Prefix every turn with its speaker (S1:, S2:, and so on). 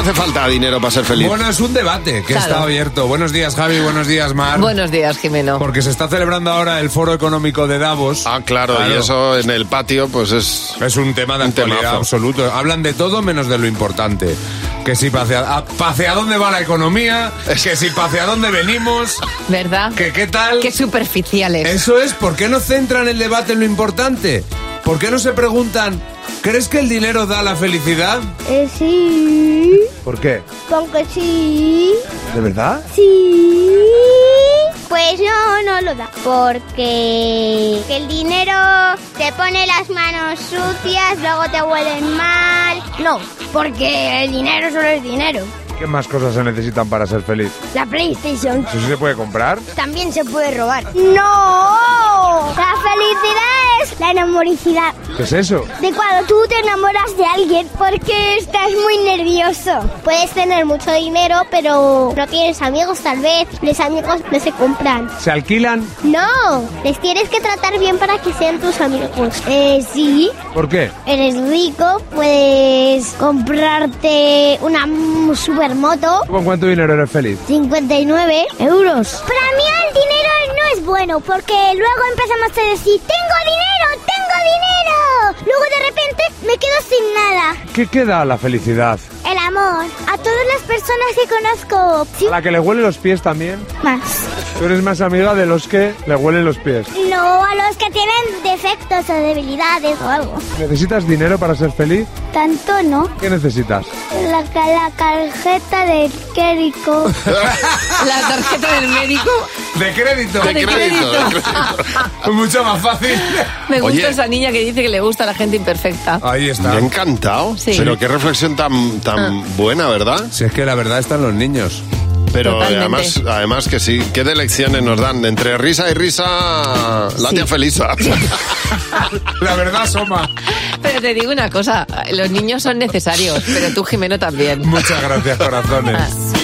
S1: hace falta dinero para ser feliz.
S2: Bueno, es un debate que
S3: Claro.
S2: está abierto. Buenos días, Javi. Buenos días, Mar.
S3: Buenos días, Jimeno.
S2: Porque se está celebrando ahora el Foro Económico de Davos.
S1: Ah, claro,
S2: Claro.
S1: y eso en el patio, pues es.
S2: Es un tema de
S1: Un
S2: actualidad
S1: temazo.
S2: absoluto. Hablan de todo menos de lo importante. Que si pasea, a- pasea dónde va la economía, que si pasea dónde venimos,
S3: ¿Verdad?
S2: que qué tal.
S3: Qué superficiales.
S2: Eso es, ¿por qué no centran el debate en lo importante? ¿Por qué no se preguntan, ¿crees que el dinero da la felicidad?
S4: Eh, sí,
S5: ¿Por qué?
S4: con que sí,
S5: ¿De verdad?
S4: sí. Pues no, no lo da. Porque el dinero te pone las manos sucias, luego te huelen mal. No, porque el dinero solo es dinero.
S5: ¿Qué más cosas se necesitan para ser feliz?
S4: La PlayStation
S5: ¿Eso sí se puede comprar?
S4: también se puede robar. ¡No! La felicidad es la enamoricidad.
S5: ¿Qué es eso?
S4: De cuando tú te enamoras de alguien porque estás muy nervioso. Puedes tener mucho dinero, pero no tienes amigos tal vez. Los amigos no se compran.
S5: ¿Se alquilan?
S4: No, les tienes que tratar bien para que sean tus amigos. Eh, sí.
S5: ¿Por qué?
S4: Eres rico, puedes comprarte una mm, supermoto.
S5: ¿Tú ¿Con cuánto dinero eres feliz?
S4: 59 euros. Para mí el dinero no es bueno porque luego empezamos a decir, tengo dinero, tengo dinero. Luego de repente me quedo sin nada.
S5: ¿Qué queda la felicidad?
S4: El amor. A todas las personas que conozco. Sí,
S5: ¿A la que le huelen los pies también?
S4: más.
S5: Tú eres más amiga de los que le huelen los pies.
S4: No a los que tienen defectos o debilidades o algo.
S5: ¿Necesitas dinero para ser feliz?
S4: Tanto no.
S5: ¿Qué necesitas?
S4: La, la tarjeta del quérico.
S3: La tarjeta del médico.
S2: De crédito. Pues
S3: De crédito.
S2: Mucho más fácil.
S3: Me gusta
S1: Oye.
S3: esa niña que dice que le gusta la gente imperfecta.
S2: Ahí
S1: Me ha
S2: está.
S1: encantado.
S3: Sí. Ah.
S1: Pero qué reflexión tan, tan buena, ¿verdad?
S2: Si es que la verdad están los niños.
S1: Pero eh,
S3: Totalmente.
S1: además, además que sí, qué de lecciones nos dan. Entre risa y risa, la
S3: Sí.
S1: tía Felisa.
S2: La verdad asoma.
S3: Pero te digo una cosa, los niños son necesarios, pero tú, Jimeno, también. Ah.
S2: Muchas gracias, corazones.